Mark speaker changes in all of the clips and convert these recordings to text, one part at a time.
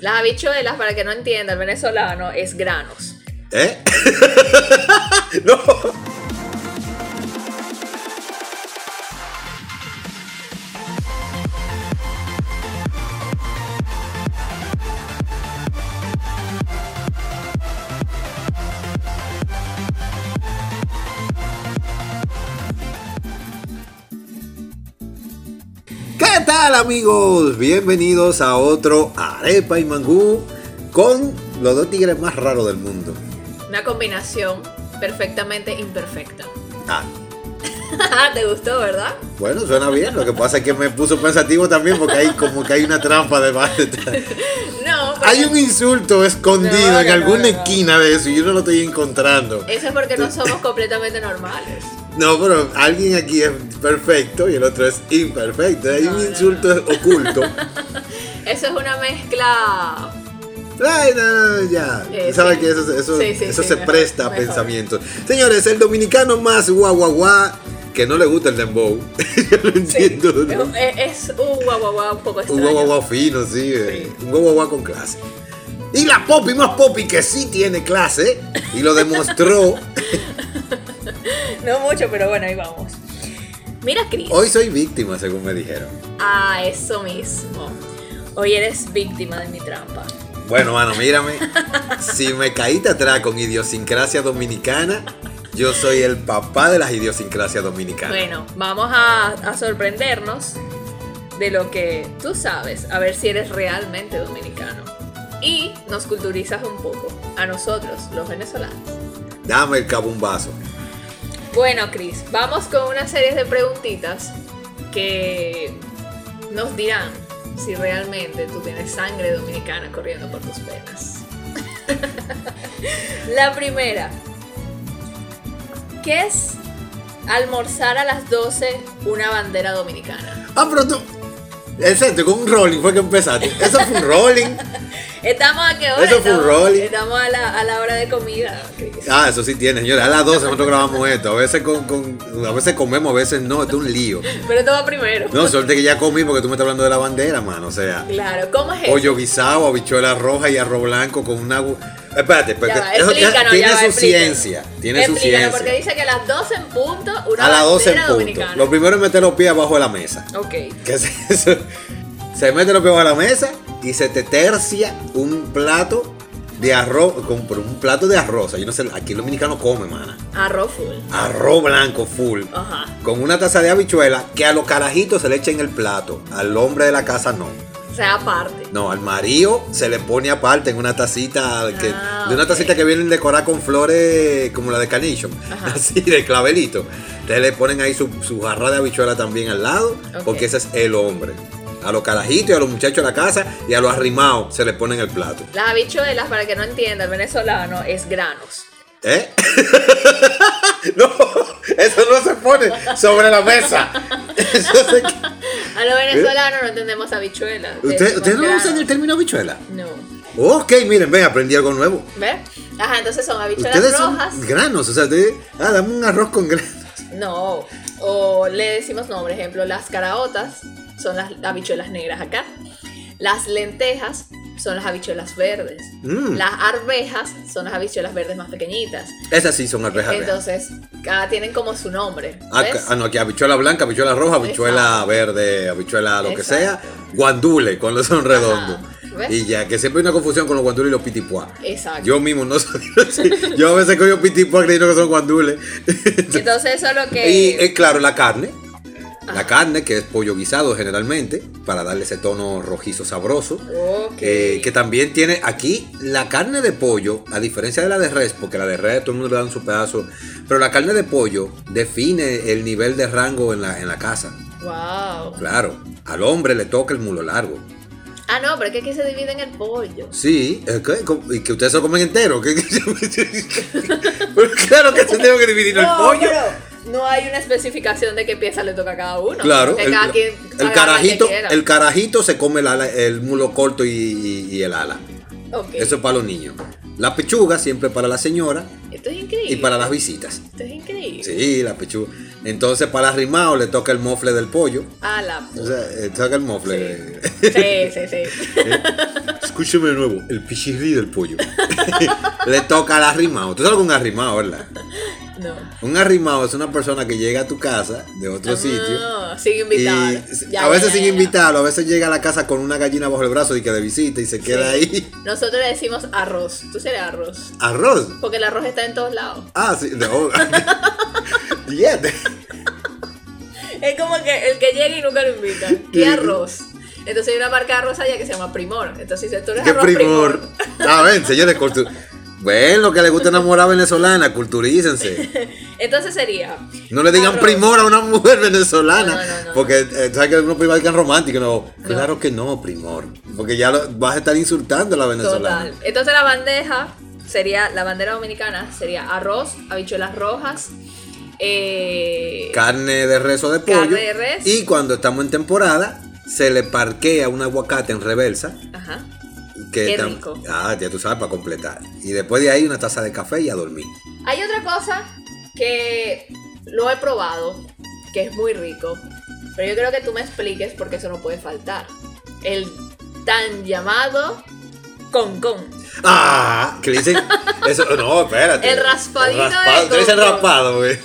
Speaker 1: Las habichuelas, para que no entienda el venezolano, es granos.
Speaker 2: ¿Eh? no. ¿Qué tal amigos? Bienvenidos a otro Arepa y Mangú con los dos tigres más raros del mundo.
Speaker 1: Una combinación perfectamente imperfecta.
Speaker 2: Ah,
Speaker 1: ¿Te gustó, verdad?
Speaker 2: bueno, suena bien. Lo que pasa es que me puso pensativo también porque hay como que hay una trampa de parte.
Speaker 1: No, pero
Speaker 2: Hay un insulto escondido
Speaker 1: No,
Speaker 2: en
Speaker 1: no,
Speaker 2: alguna
Speaker 1: no, no.
Speaker 2: esquina de eso y yo no lo estoy encontrando.
Speaker 1: eso es porque no somos completamente normales.
Speaker 2: No, pero alguien aquí es perfecto y el otro es imperfecto. Hay
Speaker 1: No,
Speaker 2: un
Speaker 1: no,
Speaker 2: insulto oculto.
Speaker 1: Eso es una mezcla.
Speaker 2: Ay, no, no, ya.
Speaker 1: Eh,
Speaker 2: ¿Sabes
Speaker 1: sí.
Speaker 2: que Eso, eso,
Speaker 1: Sí, sí,
Speaker 2: eso
Speaker 1: sí,
Speaker 2: se
Speaker 1: mejor,
Speaker 2: presta a
Speaker 1: mejor.
Speaker 2: pensamientos. Señores, el dominicano más guau guau, guau, que no le gusta el dembow. yo lo
Speaker 1: Sí.
Speaker 2: entiendo.
Speaker 1: Es
Speaker 2: ¿no?
Speaker 1: un- Es, es un guau guau guau un poco
Speaker 2: Un
Speaker 1: extraño.
Speaker 2: guau guau, guau fino, sí. eh, Un guau guau, guau con clase. Y la popi más popi que sí tiene clase y lo demostró.
Speaker 1: No mucho, pero bueno, ahí vamos. Mira, Chris.
Speaker 2: Hoy soy víctima, según me dijeron.
Speaker 1: Ah, eso mismo. Hoy eres víctima de mi trampa.
Speaker 2: Bueno, mano, mírame. Si me caíste atrás con idiosincrasia dominicana, yo soy el papá de las idiosincrasias dominicanas.
Speaker 1: Bueno, vamos a, a sorprendernos de lo que tú sabes, a ver si eres realmente dominicano. Y nos culturizas un poco, a nosotros, los venezolanos.
Speaker 2: Dame el cabumbazo.
Speaker 1: Bueno, Cris, vamos con una serie de preguntitas que nos dirán si realmente tú tienes sangre dominicana corriendo por tus venas. La primera, ¿qué es almorzar a las 12 una bandera dominicana?
Speaker 2: Ah, pero tú. Exacto, con un rolling fue que empezaste. Eso fue un rolling.
Speaker 1: ¿Estamos a qué hora?
Speaker 2: Eso fue un
Speaker 1: Estamos-
Speaker 2: rolling.
Speaker 1: Estamos a la, a la hora de comida, Cris.
Speaker 2: Ah, eso sí tiene, señores. A las 12 nosotros grabamos esto. A veces, con, con- a veces comemos, a veces no. Esto es un lío.
Speaker 1: Pero esto va primero.
Speaker 2: No, suerte que ya comí porque tú me estás hablando de la bandera, mano. O sea,
Speaker 1: Claro, ¿cómo es eso?
Speaker 2: pollo guisado, habichuela roja y arroz blanco con una. agu- Espérate, espérate.
Speaker 1: Ya va, explícanos,
Speaker 2: tiene
Speaker 1: ya va,
Speaker 2: su
Speaker 1: explícanos.
Speaker 2: ciencia. Tiene su
Speaker 1: Explícanos,
Speaker 2: ciencia.
Speaker 1: porque dice que a las 12 en punto, una
Speaker 2: A las 12 en
Speaker 1: bandera
Speaker 2: punto.
Speaker 1: dominicana.
Speaker 2: Lo primero es meter los pies abajo de la mesa.
Speaker 1: Ok.
Speaker 2: ¿Qué es eso? Se mete los pies abajo de la mesa y se te tercia un plato de arroz, con por un plato de arroz. O sea, Yo no sé, aquí el dominicano come, mana.
Speaker 1: Arroz full.
Speaker 2: Arroz blanco full.
Speaker 1: Ajá.
Speaker 2: Con una taza de habichuela que a los carajitos se le echa en el plato. Al hombre de la casa no.
Speaker 1: O sea, aparte.
Speaker 2: No, al marido se le pone aparte en una tacita que,
Speaker 1: Ah,
Speaker 2: de una
Speaker 1: ok.
Speaker 2: tacita que vienen decorada con flores como la de Carnation,
Speaker 1: Ajá.
Speaker 2: así de clavelito. Ustedes le ponen ahí su, su jarra de habichuela también al lado,
Speaker 1: Ok.
Speaker 2: porque ese es el hombre. A los carajitos y a los muchachos de la casa y a los arrimados se le ponen el plato.
Speaker 1: Las habichuelas, para que no entienda el venezolano, es granos.
Speaker 2: ¿Eh? no, eso no se pone sobre la mesa. Eso se-
Speaker 1: A los venezolanos no entendemos habichuelas.
Speaker 2: ¿Eh? ¿Usted-
Speaker 1: decimos
Speaker 2: ¿Ustedes no
Speaker 1: granos.
Speaker 2: usan el término habichuela?
Speaker 1: No.
Speaker 2: Ok, miren, ven, aprendí algo nuevo.
Speaker 1: ¿Ves? Ajá, entonces son habichuelas
Speaker 2: Ustedes
Speaker 1: rojas.
Speaker 2: son granos, o sea, ustedes, ah, dame un arroz con granos.
Speaker 1: No. O le decimos, no, por ejemplo, las caraotas son las habichuelas negras acá. Las lentejas son las habichuelas verdes.
Speaker 2: Mm.
Speaker 1: Las arvejas son las habichuelas verdes más pequeñitas.
Speaker 2: Esas sí son arvejas. reales.
Speaker 1: Entonces, cada tienen como su nombre.
Speaker 2: Ah,
Speaker 1: ¿ves?
Speaker 2: ca- ah, no, aquí habichuela blanca, habichuela roja, habichuela
Speaker 1: Exacto.
Speaker 2: verde, habichuela lo que sea,
Speaker 1: Exacto.
Speaker 2: guandule cuando son redondos.
Speaker 1: ¿Ves?
Speaker 2: Y ya, que siempre hay una confusión con los guandules y los pitipuá.
Speaker 1: Exacto.
Speaker 2: Yo mismo no soy así. Yo a veces cojo pitipuá creyendo que son guandules.
Speaker 1: Entonces, eso es lo que.
Speaker 2: Y eh, claro, la carne. La
Speaker 1: Ajá.
Speaker 2: carne, que es pollo guisado generalmente, para darle ese tono rojizo sabroso.
Speaker 1: Ok.
Speaker 2: Eh, que también tiene aquí la carne de pollo, a diferencia de la de res, porque la de res todo el mundo le dan su pedazo, pero la carne de pollo define el nivel de rango en la, en la casa.
Speaker 1: Wow.
Speaker 2: Claro, al hombre le toca el mulo largo.
Speaker 1: Ah, no, pero es que aquí se divide en el pollo.
Speaker 2: Sí, es que, y que ustedes se lo comen entero. que- pero claro que se tengo que dividir el pollo.
Speaker 1: pero no hay una especificación de qué pieza le toca a cada uno.
Speaker 2: Claro,
Speaker 1: Que
Speaker 2: el,
Speaker 1: cada quien
Speaker 2: el
Speaker 1: agarra
Speaker 2: carajito,
Speaker 1: que quiera.
Speaker 2: el carajito se come el, ala- el mulo corto y, y- y el ala.
Speaker 1: Ok.
Speaker 2: Eso es para los niños. La pechuga siempre para la señora
Speaker 1: Esto es increíble.
Speaker 2: y para las visitas.
Speaker 1: Esto es increíble.
Speaker 2: Sí, la pechuga. Entonces, para arrimado le toca el mofle del pollo.
Speaker 1: A la.
Speaker 2: O sea, le toca el mofle.
Speaker 1: Sí, sí, sí.
Speaker 2: Eh, Escúcheme de nuevo, el pichirri del pollo. Le toca al arrimado. Tú sabes lo que es un arrimado, ¿verdad?
Speaker 1: No.
Speaker 2: Un arrimado es una persona que llega a tu casa de otro
Speaker 1: Ah,
Speaker 2: sitio.
Speaker 1: Sin
Speaker 2: Y
Speaker 1: invitar. Ya,
Speaker 2: a veces
Speaker 1: ya,
Speaker 2: sin
Speaker 1: ya.
Speaker 2: invitarlo, a veces llega a la casa con una gallina bajo el brazo y que de visita y se queda ahí.
Speaker 1: Nosotros le decimos arroz. Tú serás arroz.
Speaker 2: Arroz.
Speaker 1: Porque el arroz está en todos lados.
Speaker 2: Ah, sí, no. Yeah.
Speaker 1: Es como que el que llega y nunca lo invitan. ¿Qué arroz? Entonces hay una marca de arroz allá que se llama Primor. Entonces dice, tú eres
Speaker 2: ¡Qué
Speaker 1: arroz
Speaker 2: primor!
Speaker 1: primor.
Speaker 2: A ver, señores, cultu- Ven, lo que le gusta enamorar venezolana, culturícense.
Speaker 1: Entonces sería.
Speaker 2: No le digan
Speaker 1: arroz.
Speaker 2: primor a una mujer venezolana.
Speaker 1: No, no, no, no.
Speaker 2: porque eh, sabes que algunos privados románticos. No,
Speaker 1: No.
Speaker 2: claro que no, primor. Porque ya lo- vas a estar insultando a la venezolana.
Speaker 1: Total. Entonces la bandeja sería, la bandera dominicana sería arroz, habichuelas rojas, eh,
Speaker 2: Carne de res o de pollo.
Speaker 1: Carne de res.
Speaker 2: Y cuando estamos en temporada, se le parquea un aguacate en reversa.
Speaker 1: ajá.
Speaker 2: Que
Speaker 1: Qué
Speaker 2: tam-
Speaker 1: rico.
Speaker 2: Ah, ya tú sabes, para completar. Y después de ahí, una taza de café y a dormir.
Speaker 1: Hay otra cosa que lo he probado, que es muy rico, pero yo creo que tú me expliques porque eso no puede faltar. El tan llamado con con.
Speaker 2: Ah, que le dicen. Eso, no, espérate.
Speaker 1: El raspadito
Speaker 2: El raspado,
Speaker 1: de
Speaker 2: tú le dices
Speaker 1: coco.
Speaker 2: raspado, güey.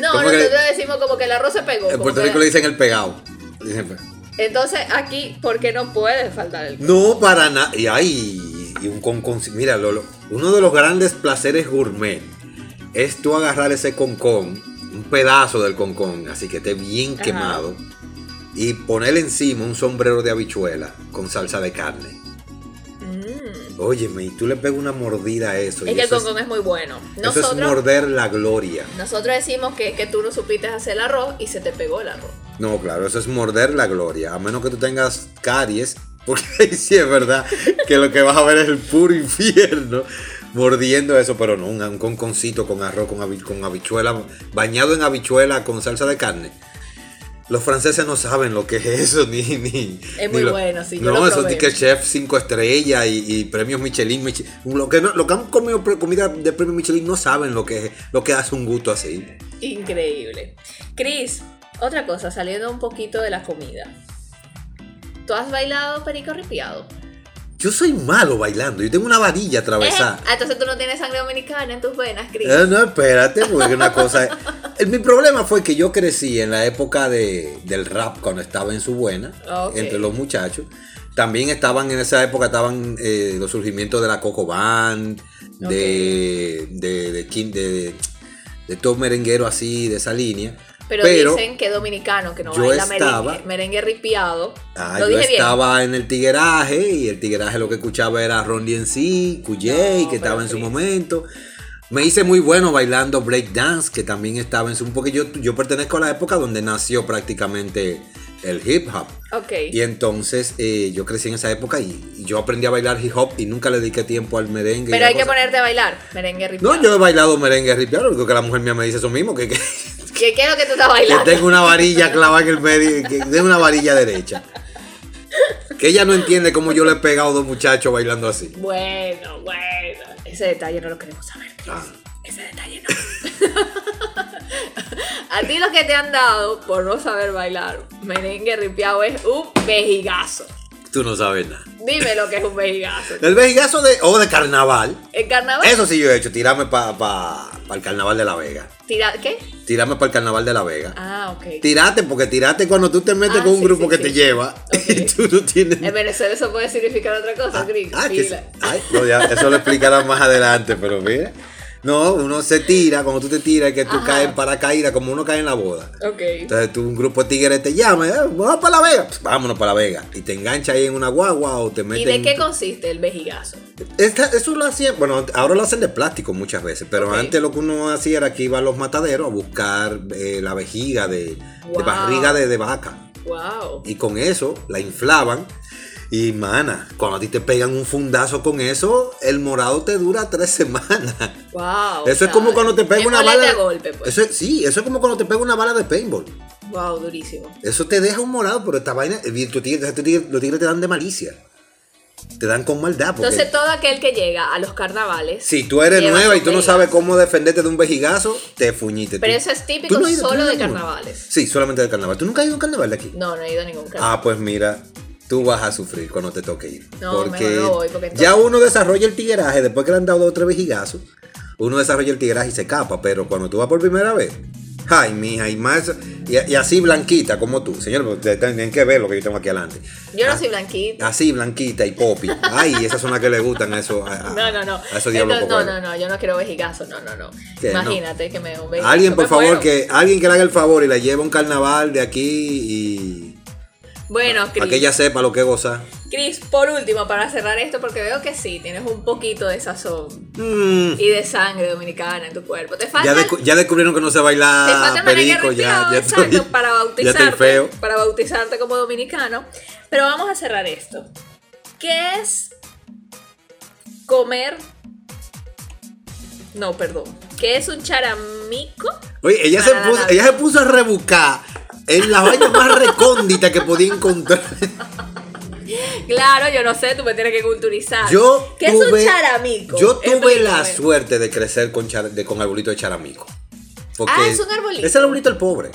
Speaker 1: No,
Speaker 2: ¿Cómo que le-
Speaker 1: nosotros decimos como que el arroz se pegó.
Speaker 2: En
Speaker 1: como
Speaker 2: Puerto
Speaker 1: que-
Speaker 2: Rico le dicen el pegado. Dicen, pues,
Speaker 1: Entonces aquí, ¿por qué no puede faltar el
Speaker 2: No, para nada. Y ahí, y un concón. Mira, Lolo, uno de los grandes placeres gourmet es tú agarrar ese concón, un pedazo del concón, así que esté bien
Speaker 1: Ajá.
Speaker 2: quemado, y ponerle encima un sombrero de habichuela con salsa de carne.
Speaker 1: Mm.
Speaker 2: Óyeme, y tú le pegas una mordida a eso. y
Speaker 1: Es que el
Speaker 2: eso es-
Speaker 1: concón es muy bueno.
Speaker 2: eso es
Speaker 1: Nosotros,
Speaker 2: morder la gloria.
Speaker 1: nosotros decimos que, que tú no supiste hacer el arroz y se te pegó el arroz.
Speaker 2: No, claro, eso es morder la gloria. A menos que tú tengas caries, porque ahí sí es verdad que lo que vas a ver es el puro infierno mordiendo eso, pero no, un, un conconcito con arroz, con, habi- con habichuela, bañado en habichuela con salsa de carne. Los franceses no saben lo que es eso, ni. ni
Speaker 1: Es
Speaker 2: ni
Speaker 1: muy
Speaker 2: lo-
Speaker 1: bueno, sí, yo
Speaker 2: No,
Speaker 1: lo
Speaker 2: eso
Speaker 1: probé.
Speaker 2: es que chef cinco estrellas y, y premios Michelin. Michi- lo, que no- lo que han comido pre- comida de premio Michelin no saben lo que, es- lo que hace un gusto así.
Speaker 1: Increíble. Chris, otra cosa, saliendo un poquito de la comida. ¿Tú has bailado perico ripiado?
Speaker 2: Yo soy malo bailando, yo tengo una varilla atravesada.
Speaker 1: Eh, ah, entonces tú no tienes sangre dominicana en tus venas, Chris.
Speaker 2: Eh, no, espérate, porque una cosa. es- Eh, Mi problema fue que yo crecí en la época de, del rap cuando estaba en su buena,
Speaker 1: Ok.
Speaker 2: entre los muchachos. También estaban en esa época, estaban eh, los surgimientos de la Coco Band, de, de, de, Kim- de- de todo merenguero así, de esa línea.
Speaker 1: pero, dicen que dominicano, que no
Speaker 2: yo
Speaker 1: baila
Speaker 2: estaba-
Speaker 1: merengue, merengue ripiado.
Speaker 2: Ah,
Speaker 1: Lo
Speaker 2: yo
Speaker 1: dije bien.
Speaker 2: estaba en el tigueraje y el tigueraje lo que escuchaba era Ron DNC, Cuyey,
Speaker 1: No,
Speaker 2: que estaba
Speaker 1: pero
Speaker 2: en su
Speaker 1: Chris.
Speaker 2: momento. Me hice muy bueno bailando breakdance, que también estaba en su... Porque yo, yo pertenezco a la época donde nació prácticamente el hip hop.
Speaker 1: Ok.
Speaker 2: Y entonces eh, yo crecí en esa época y, y yo aprendí a bailar hip hop y nunca le dediqué tiempo al merengue. y
Speaker 1: pero
Speaker 2: a
Speaker 1: hay que
Speaker 2: cosas.
Speaker 1: ponerte a bailar merengue ripiado.
Speaker 2: No, yo he bailado merengue ripiado, lo único que la mujer mía me dice eso mismo, que- que
Speaker 1: ¿Qué, qué es lo que tú estás
Speaker 2: que
Speaker 1: bailando?
Speaker 2: tengo una varilla clavada en el medio, que tengo una varilla derecha. Que ella no entiende cómo yo le he pegado a dos muchachos bailando así.
Speaker 1: Bueno, bueno. Ese detalle no lo queremos saber.
Speaker 2: Ah,
Speaker 1: Ese detalle no. A ti lo que te han dado por no saber bailar merengue ripiado es un vejigazo.
Speaker 2: tú no sabes nada.
Speaker 1: Dime lo que es un vejigazo.
Speaker 2: El vejigazo de, o de carnaval,
Speaker 1: El carnaval.
Speaker 2: eso sí yo he hecho, tirarme para pa, el carnaval de La Vega.
Speaker 1: Tira, ¿Qué?
Speaker 2: Tirarme para el carnaval de La Vega.
Speaker 1: Ah, ok.
Speaker 2: Tirate, porque tirate cuando tú te metes
Speaker 1: Ah,
Speaker 2: con un
Speaker 1: sí,
Speaker 2: grupo
Speaker 1: sí,
Speaker 2: que
Speaker 1: sí.
Speaker 2: te lleva y
Speaker 1: Ok.
Speaker 2: tú no tienes
Speaker 1: En Venezuela eso puede significar otra cosa, Gris.
Speaker 2: Ah, que
Speaker 1: Pila.
Speaker 2: se- ay, no, ya, eso lo explicarán más adelante, pero mira. No, uno se tira, cuando tú te tiras, que tú
Speaker 1: Ajá.
Speaker 2: caes en paracaídas, como uno cae en la boda.
Speaker 1: Ok.
Speaker 2: Entonces tú, un grupo de tigres te llama, eh, vamos para la vega. Pues, vámonos para la vega. Y te engancha ahí en una guagua o te meten.
Speaker 1: ¿Y de qué consiste el vejigazo?
Speaker 2: Esta- eso lo hacían, bueno, ahora lo hacen de plástico muchas veces, pero
Speaker 1: Ok.
Speaker 2: antes lo que uno hacía era que iba a los mataderos a buscar eh, la vejiga de, de
Speaker 1: Wow.
Speaker 2: barriga de, de vaca.
Speaker 1: Wow.
Speaker 2: Y con eso la inflaban. Y mana, cuando a ti te pegan un fundazo con eso, el morado te dura tres semanas.
Speaker 1: Wow.
Speaker 2: eso es como cuando te pega una bala.
Speaker 1: de golpe, pues.
Speaker 2: Eso es- sí, eso es como cuando te pega una bala de paintball.
Speaker 1: Wow, durísimo.
Speaker 2: Eso te deja un morado, pero esta vaina, y tu tigre- este tigre- los tigres te dan de malicia. Te dan con maldad. Porque
Speaker 1: Entonces todo aquel que llega a los carnavales.
Speaker 2: si tú eres
Speaker 1: lleva
Speaker 2: nueva y
Speaker 1: su
Speaker 2: tú no
Speaker 1: vejigazo.
Speaker 2: sabes cómo defenderte de un vejigazo, te fuñiste.
Speaker 1: Pero
Speaker 2: Tú-
Speaker 1: eso es
Speaker 2: tú
Speaker 1: típico
Speaker 2: no has ido- tú
Speaker 1: solo
Speaker 2: no has
Speaker 1: de
Speaker 2: ido a ninguno.
Speaker 1: carnavales.
Speaker 2: Sí, solamente de carnaval. ¿Tú nunca has ido a un carnaval de aquí?
Speaker 1: No, no he ido a ningún carnaval.
Speaker 2: Ah, pues mira, tú vas a sufrir cuando te toque ir.
Speaker 1: No,
Speaker 2: porque
Speaker 1: mejor no voy, porque
Speaker 2: ya
Speaker 1: entonces-
Speaker 2: uno desarrolla el tigueraje, después que le han dado dos o tres vejigazos, uno desarrolla el tigueraje y se escapa, pero cuando tú vas por primera vez, ay, mija, y más, y, y así blanquita como tú, señor, pues, ustedes tienen que ver lo que yo tengo aquí adelante.
Speaker 1: Yo no
Speaker 2: Ah,
Speaker 1: soy blanquita.
Speaker 2: Así, blanquita y popi. Ay, esas son las que le gustan a esos. a- a-
Speaker 1: No, no, no.
Speaker 2: Ah, A esos diablos
Speaker 1: Entonces, no,
Speaker 2: cocuelos.
Speaker 1: no, no, yo no quiero vejigazo, no, no, no.
Speaker 2: ¿Qué? No.
Speaker 1: Imagínate que me un vejigazo. Pues
Speaker 2: Alguien, por
Speaker 1: me
Speaker 2: favor,
Speaker 1: muero.
Speaker 2: que alguien que le haga el favor y la lleve a un carnaval de aquí y.
Speaker 1: Bueno,
Speaker 2: Para que
Speaker 1: Cris,
Speaker 2: ella sepa lo que goza.
Speaker 1: Cris, por último, para cerrar esto, porque veo que sí, tienes un poquito de sazón
Speaker 2: Mm,
Speaker 1: y de sangre dominicana en tu cuerpo. Te falta,
Speaker 2: ya, descu- ya descubrieron que no se
Speaker 1: te falta
Speaker 2: baila
Speaker 1: el
Speaker 2: Ah, perico,
Speaker 1: merengue
Speaker 2: ya,
Speaker 1: ripiao,
Speaker 2: ya
Speaker 1: exacto,
Speaker 2: estoy,
Speaker 1: para
Speaker 2: ya
Speaker 1: bautizarte,
Speaker 2: estoy feo.
Speaker 1: para bautizarte como dominicano. Pero vamos a cerrar esto. ¿Qué es comer? No, perdón. ¿Qué es un charamico?
Speaker 2: Oye, ella se,
Speaker 1: Para la
Speaker 2: puso,
Speaker 1: Navidad.
Speaker 2: ella se puso a rebuscar en la vaina más recóndita que podía encontrar.
Speaker 1: Claro, yo no sé, tú me tienes que culturizar.
Speaker 2: Yo
Speaker 1: ¿Qué
Speaker 2: tuve,
Speaker 1: Ah, es un charamico?
Speaker 2: Yo tuve la
Speaker 1: Explícame.
Speaker 2: suerte de crecer con, char- de- con arbolito de charamico. Porque
Speaker 1: Ah, es un arbolito.
Speaker 2: Es el arbolito del pobre.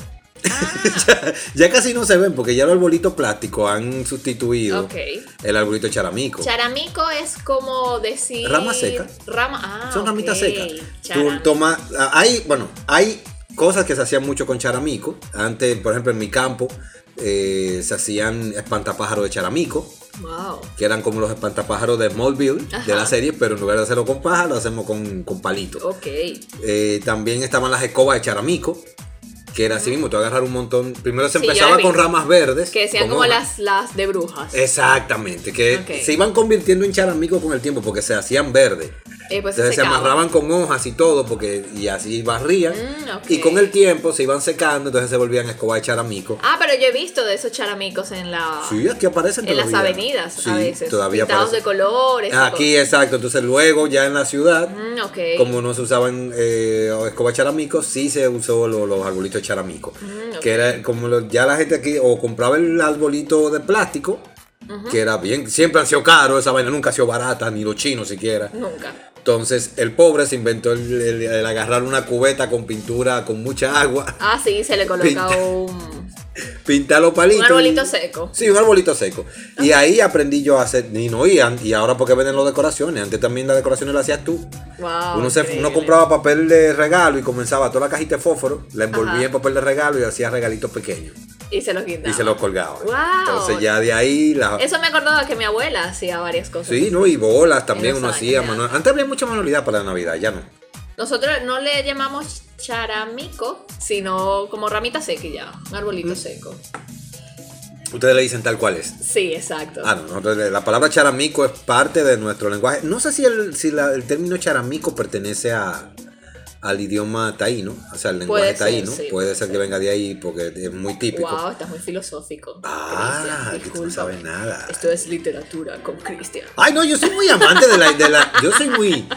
Speaker 1: Ah,
Speaker 2: ya, ya casi no se ven porque ya los arbolitos plásticos han sustituido
Speaker 1: Ok.
Speaker 2: el arbolito de charamico.
Speaker 1: Charamico es como decir.
Speaker 2: Rama seca.
Speaker 1: Rama. Ah,
Speaker 2: Son ramitas
Speaker 1: ok.
Speaker 2: secas. Tú
Speaker 1: Charamico.
Speaker 2: tomas. ah, Hay, bueno, hay cosas que se hacían mucho con charamico. Antes, por ejemplo, en mi campo eh, se hacían espantapájaros de charamico.
Speaker 1: Wow.
Speaker 2: Que eran como los espantapájaros de Smallville de la
Speaker 1: Ajá.
Speaker 2: serie, pero en lugar de hacerlo con paja, lo hacemos con, con palito.
Speaker 1: Ok.
Speaker 2: Eh, también estaban las escobas de charamico, que era así mismo, tú agarrar un montón. Primero se
Speaker 1: Sí, yo la
Speaker 2: empezaba
Speaker 1: vi.
Speaker 2: con ramas verdes.
Speaker 1: Que sean
Speaker 2: con
Speaker 1: como
Speaker 2: hojas.
Speaker 1: las, las de brujas.
Speaker 2: Eh, Exactamente, que
Speaker 1: Ok.
Speaker 2: se iban convirtiendo en charamico con el tiempo porque se hacían verdes.
Speaker 1: Eh, pues
Speaker 2: Entonces se
Speaker 1: secaba.
Speaker 2: amarraban con hojas y todo porque y así barrían.
Speaker 1: Mm, ok.
Speaker 2: Y con el tiempo se iban secando, entonces se volvían escobas de charamico.
Speaker 1: Ah, pero yo he visto de esos charamicos en la.
Speaker 2: Sí, aquí aparecen
Speaker 1: En las
Speaker 2: todavía.
Speaker 1: avenidas
Speaker 2: Sí,
Speaker 1: a veces.
Speaker 2: Todavía
Speaker 1: pintados
Speaker 2: aparecen. Ah,
Speaker 1: de colores. y
Speaker 2: Aquí, exacto. Entonces luego ya en la ciudad,
Speaker 1: cosas. Mm, ok.
Speaker 2: como no se usaban eh, escobas charamico, sí se usó lo- los arbolitos charamico.
Speaker 1: Mm, ok.
Speaker 2: Que era como lo- ya la gente aquí o compraba el arbolito de plástico, que era bien, siempre han sido caros, esa vaina nunca ha sido barata, ni los chinos siquiera.
Speaker 1: Nunca.
Speaker 2: Entonces el pobre se inventó el, el- el agarrar una cubeta con pintura, con mucha agua,
Speaker 1: Ah, sí, se le coloca
Speaker 2: Pinta-
Speaker 1: un.
Speaker 2: pintar los palitos.
Speaker 1: Un arbolito seco.
Speaker 2: Sí, un arbolito seco. Y ahí aprendí yo a hacer, y no, y, an- y ahora porque venden las decoraciones, antes también las decoraciones las hacías tú.
Speaker 1: Wow.
Speaker 2: Uno, se, uno
Speaker 1: Ah, increíble.
Speaker 2: compraba papel de regalo y comenzaba toda la cajita de fósforo, la envolvía
Speaker 1: Ajá.
Speaker 2: en papel de regalo y hacía regalitos pequeños.
Speaker 1: Y se los guindaba.
Speaker 2: Y se los colgaba.
Speaker 1: Wow.
Speaker 2: Entonces ya de ahí la...
Speaker 1: Eso me acordaba que mi abuela hacía varias cosas.
Speaker 2: Sí, ¿no? Y bolas también
Speaker 1: En
Speaker 2: uno
Speaker 1: los
Speaker 2: hacía.
Speaker 1: años,
Speaker 2: manual- Antes había mucha manualidad para la Navidad, ya no.
Speaker 1: Nosotros no le llamamos charamico, sino como ramita seca y ya, un arbolito
Speaker 2: Mm.
Speaker 1: seco.
Speaker 2: Ustedes le dicen tal cual es.
Speaker 1: Sí, exacto.
Speaker 2: Ah, no, no, la palabra charamico es parte de nuestro lenguaje. No sé si el, si la- el término charamico pertenece a, al idioma taíno, o sea, al lenguaje
Speaker 1: Puede ser,
Speaker 2: taíno.
Speaker 1: sí,
Speaker 2: Puede
Speaker 1: puede
Speaker 2: ser que venga de ahí porque es muy típico.
Speaker 1: wow, estás muy filosófico.
Speaker 2: Ah,
Speaker 1: Cristian,
Speaker 2: que tú no sabes
Speaker 1: discúlpame.
Speaker 2: nada.
Speaker 1: Esto es literatura con Cristian.
Speaker 2: Ay, no, yo soy muy amante de la, de la- Yo soy muy.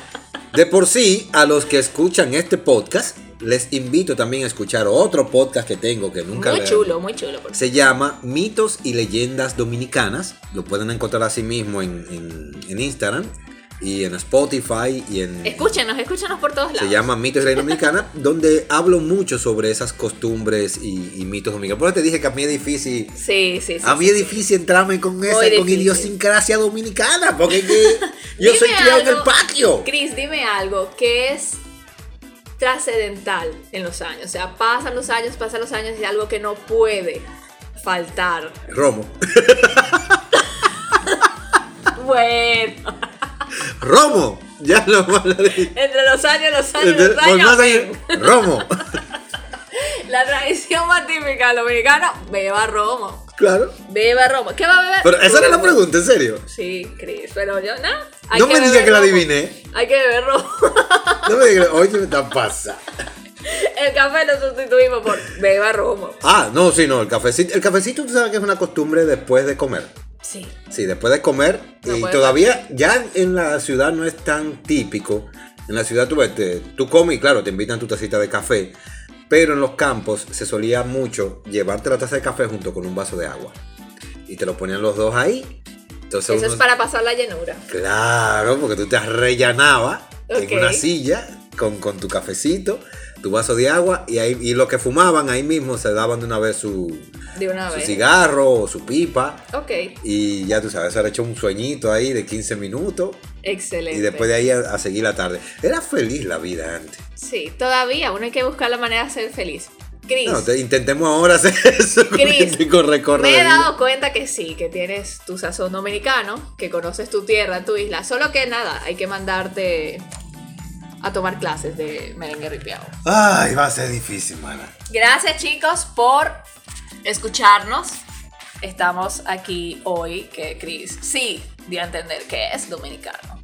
Speaker 2: De por sí, a los que escuchan este podcast, les invito también a escuchar otro podcast que tengo que nunca
Speaker 1: Muy
Speaker 2: le-
Speaker 1: chulo, muy chulo. por-
Speaker 2: Se llama Mitos y Leyendas Dominicanas. Lo pueden encontrar así mismo en, en- en Instagram y en Spotify y en.
Speaker 1: Escúchenos, escúchenos por todos lados.
Speaker 2: Se llama Mitos y Leyendas Dominicanas, donde hablo mucho sobre esas costumbres y, y mitos dominicanos. Por eso te dije que a mí es difícil
Speaker 1: Sí, sí, sí.
Speaker 2: a mí
Speaker 1: sí,
Speaker 2: es Ah, difícil entrarme con esa, con
Speaker 1: difícil.
Speaker 2: idiosincrasia dominicana, porque es que
Speaker 1: sí.
Speaker 2: yo
Speaker 1: Dime
Speaker 2: soy criado en el
Speaker 1: algo-
Speaker 2: patio.
Speaker 1: Cris, dime algo que es trascendental en los años. O sea, pasan los años, pasan los años y algo que no puede faltar.
Speaker 2: Romo,
Speaker 1: Bueno,
Speaker 2: Romo, ya lo van a decir.
Speaker 1: entre los años, los años,
Speaker 2: Entonces,
Speaker 1: los
Speaker 2: por
Speaker 1: años.
Speaker 2: más años, Romo,
Speaker 1: La tradición más típica de los dominicanos, beba romo.
Speaker 2: claro.
Speaker 1: Beba romo. ¿Qué va a beber?
Speaker 2: Pero esa era la
Speaker 1: Romo.
Speaker 2: pregunta, en serio.
Speaker 1: Sí, Cris, pero yo no. hay
Speaker 2: No me digas
Speaker 1: beber
Speaker 2: que la
Speaker 1: romo.
Speaker 2: adiviné.
Speaker 1: Hay que beber romo.
Speaker 2: No me digas, que- oye, me está pasa.
Speaker 1: El café lo sustituimos por beba romo.
Speaker 2: Ah, no, sí, no, el cafecito, el cafecito tú sabes que es una costumbre después de comer.
Speaker 1: Sí.
Speaker 2: Sí, después de comer.
Speaker 1: No
Speaker 2: y
Speaker 1: puede
Speaker 2: todavía, ya en la ciudad no es tan típico. En la ciudad tú, ves, te- tú comes y claro, te invitan tu tacita de café. Pero en los campos se solía mucho llevarte la taza de café junto con un vaso de agua. Y te lo ponían los dos ahí. Entonces
Speaker 1: Eso
Speaker 2: uno-
Speaker 1: es para pasar la llenura.
Speaker 2: Claro, porque tú te arrellanabas
Speaker 1: Ok.
Speaker 2: en una silla con, con tu cafecito. tu vaso de agua y, ahí, y los que fumaban ahí mismo se daban de una vez su,
Speaker 1: De una
Speaker 2: su
Speaker 1: vez.
Speaker 2: cigarro o su pipa.
Speaker 1: Ok,
Speaker 2: Y ya tú sabes, era hecho un sueñito ahí de 15 minutos
Speaker 1: excelente.
Speaker 2: y después de ahí a, a seguir la tarde. Era feliz la vida antes.
Speaker 1: Sí, todavía uno hay que buscar la manera de ser feliz. Chris,
Speaker 2: No, te- intentemos ahora hacer eso. con
Speaker 1: Cris,
Speaker 2: este corre, corre
Speaker 1: me
Speaker 2: de
Speaker 1: he
Speaker 2: vida.
Speaker 1: dado cuenta que sí, que tienes tu sazón dominicano, que conoces tu tierra, tu isla. Solo que nada, hay que mandarte a tomar clases de merengue ripiado.
Speaker 2: Ay, va a ser difícil, mana.
Speaker 1: Gracias chicos por escucharnos. Estamos aquí hoy que Chris sí dio a entender que es dominicano.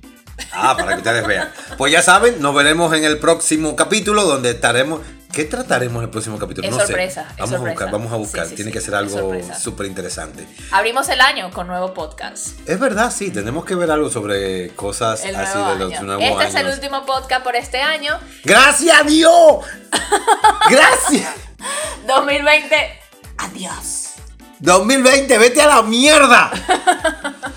Speaker 2: Ah, para que ustedes vean. Pues ya saben, nos veremos en el próximo capítulo donde estaremos. ¿Qué trataremos en el próximo capítulo?
Speaker 1: Es
Speaker 2: no
Speaker 1: sorpresa,
Speaker 2: sé.
Speaker 1: es
Speaker 2: Vamos a
Speaker 1: sorpresa.
Speaker 2: buscar, vamos a buscar.
Speaker 1: Sí, sí,
Speaker 2: Tiene
Speaker 1: sí,
Speaker 2: que ser
Speaker 1: es
Speaker 2: algo
Speaker 1: sorpresa.
Speaker 2: súper interesante.
Speaker 1: Abrimos el año con nuevo podcast.
Speaker 2: Es verdad, sí, tenemos que ver algo sobre cosas
Speaker 1: El
Speaker 2: así
Speaker 1: nuevo
Speaker 2: de los
Speaker 1: año.
Speaker 2: nuevos
Speaker 1: este es el
Speaker 2: años.
Speaker 1: último podcast por este año.
Speaker 2: ¡Gracias a Dios! ¡Gracias!
Speaker 1: 2020. Adiós.
Speaker 2: 2020, vete a la mierda.